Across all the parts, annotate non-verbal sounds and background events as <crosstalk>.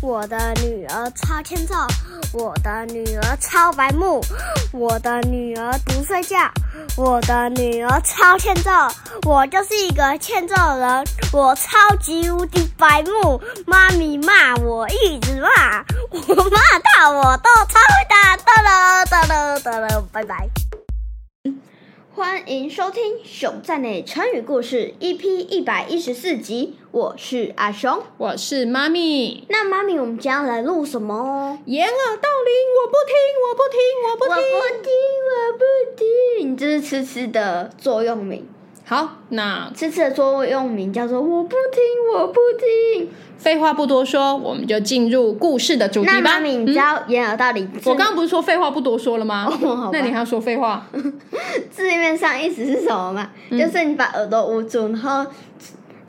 我的女儿超欠揍，我的女儿超白目，我的女儿不睡觉，我的女儿超欠揍，我就是一个欠揍人，我超级无敌白目，妈咪骂我一直骂，我骂到我都超会打，哒了哒了哒了，拜拜。欢迎收听《熊在内成语故事》EP 一百一十四集，我是阿熊。我是妈咪，那妈咪，我们今天要来录什么哦？掩耳盗铃，我不我听，我不听，我不听。不听，我不听，这是吃吃的座右铭。好，那吃吃的座右铭叫做“我不听，我不听废话不多说，我们就进入故事的”。主那题吧。嗯妈咪，你知道呃掩耳盗铃？字我刚刚不是说废话不多说了吗？ <laughs> 哦好吧那你还要说废话？字面上意思是什么嘛？嗯就是你把耳朵捂住，然后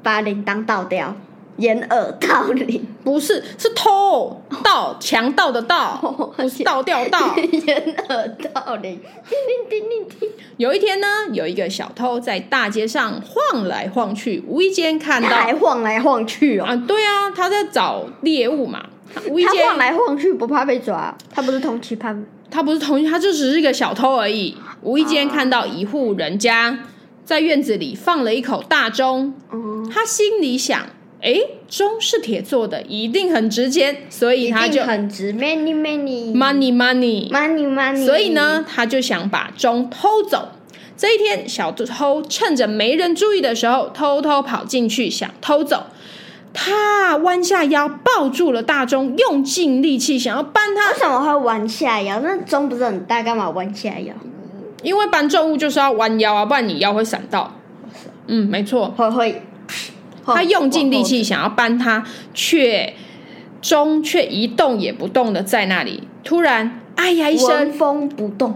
把铃铛倒掉，掩耳盗铃。不是，是偷盗，强盗的 <laughs> 哦盗，不是盗掉盗。掩耳盗铃，叮铃叮铃叮。有一天呢，有一个小偷在大街上晃来晃去，无意间看他还到晃来晃去哦，啊，对啊，他在找猎物嘛。他无意他间，晃来晃去不怕被抓，他不是通缉犯吗？他不是同学，他就只是一个小偷而已。无意间看到一户人啊家在院子里放了一口大钟，嗯，他心里想：诶，钟是铁做的，一定很值钱，所嗯以一他就定很值，many many money money。 money money。所以呢，，他就想把钟偷走。这一天，小偷趁着没人注意的时候，偷偷跑进去想偷走。他弯下腰抱住了大钟，用尽力气想要搬它为什么会弯下腰？那钟不是很大，干嘛弯下腰？因为搬重物就是要弯腰啊，不然你腰会闪到。嗯，没错，会会，哦他用尽力气想要搬它，却钟却一动也不动的在那里。突然，哎呀一纹声，风不动，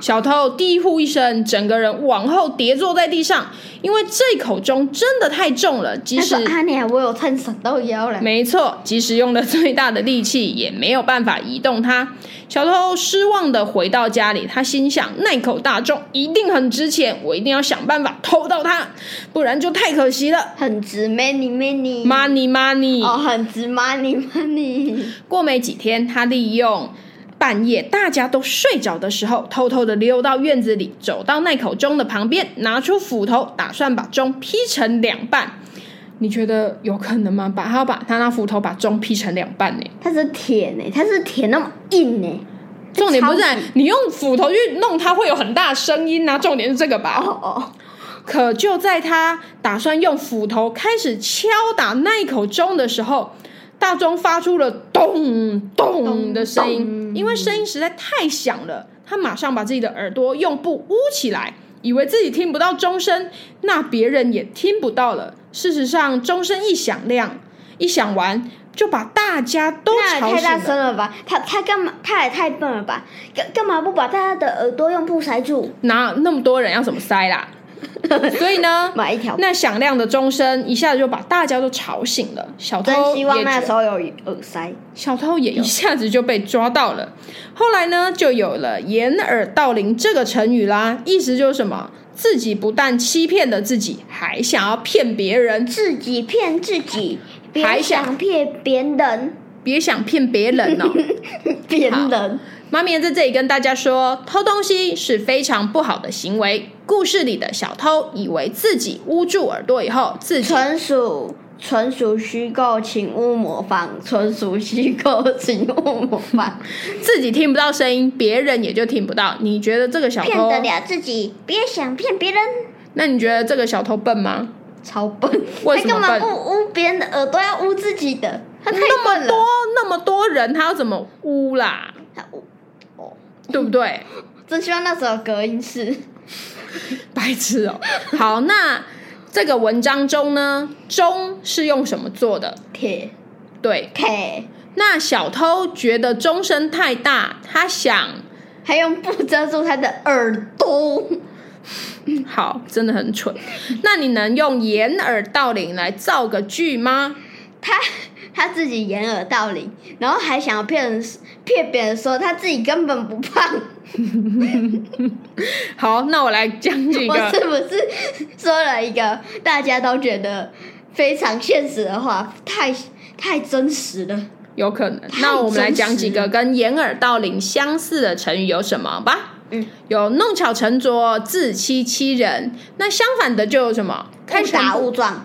小偷低呼一声，整个人往后跌坐在地上，因为这口钟真的太重了，即他使说啊，你还我有趁闪到腰了。没错，即使用了最大的力气，也没有办法移动它。小偷失望的回到家里，他心想：那口大钟一定很值钱，我一定要想办法偷到它，不然就太可惜了。很值 many many Money money。哦，很值 money money。过没几天，他利用半夜大家都睡着的时候，偷偷的溜到院子里，走到那口钟的旁边，拿出斧头，打算把钟劈成两半。你觉得有可能吗？把他把他拿斧头把钟劈成两半呢、它是铁呢，它是铁那么硬呢。 <laughs> 重点不是啊超级你用斧头去弄它会有很大的声音啊，重点是这个吧？哦哦，可就在他打算用斧头开始敲打那一口钟的时候，大钟发出了咚咚的声音，因为声音实在太响了，他马上把自己的耳朵用布捂起来，以为自己听不到钟声，那别人也听不到了。事实上，钟声一响亮，一响完就把大家都那也吵太醒大了。声了吧？他他干嘛？他也太笨了吧？干干嘛不把大家的耳朵用布塞住？哪有那么多人要怎么塞 <laughs> 啦？所以呢，买一条。那响亮的钟声一下子就把大家都吵醒了。小偷真也希望那觉时候有耳塞。小偷也一下子就被抓到了。后来呢，就有了“掩耳盗铃”这个成语啦，意思就是什么？自己不但欺骗了自己，还想要骗别人，自己骗自己，别还想想骗别人，别想骗别 <laughs> 人哦。别人。妈咪在这里跟大家说，偷东西是非常不好的行为。故事里的小偷以为自己捂住耳朵以后，自己纯属纯属虚构，请勿模仿。纯属虚构，请勿模仿。自己听不到声音，别人也就听不到。你觉得这个小骗偷得？了自己，别想骗别人。那你觉得这个小偷笨吗？超笨，为什他干么嘛笨不捂别人的耳朵，要捂自己的？他太那么笨多了。那么多人，他要怎么污啦？他捂哦，对不对？ <laughs> 真希望那时候有隔音室。白痴哦、好，那这个文章中呢，钟是用什么做的？铁对，铁，那小偷觉得钟声太大，他想，还用布遮住他的耳朵。好，真的很蠢。那你能用掩耳盗铃来造个句吗？他他自己掩耳盗铃，然后还想要骗人骗别人说他自己根本不胖，好，那我来讲几我个。是不是说了一个大家都觉得非常现实的话，太太真实了？有可能。那我们来讲几真个实跟掩耳盗铃相似的成语有什么吧？嗯，有弄巧成拙、自欺欺人。那相反的就有什么？开误诚打误撞，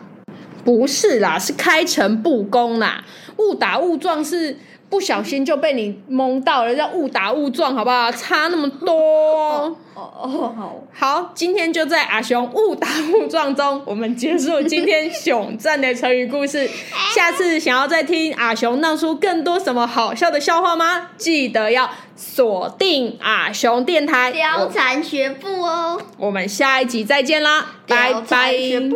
不是啦，是开诚布公啦。误打误撞是不小心就被你蒙到了，叫误打误撞，好不好？差那么多。哦哦好，好，今天就在阿雄误打误撞中，我们结束今天熊赞的成语故事。下次想要再听阿雄闹出更多什么好笑的笑话吗？记得要锁定阿雄电台。貂我蝉学步哦，我们下一集再见啦，拜貂拜蝉。学步。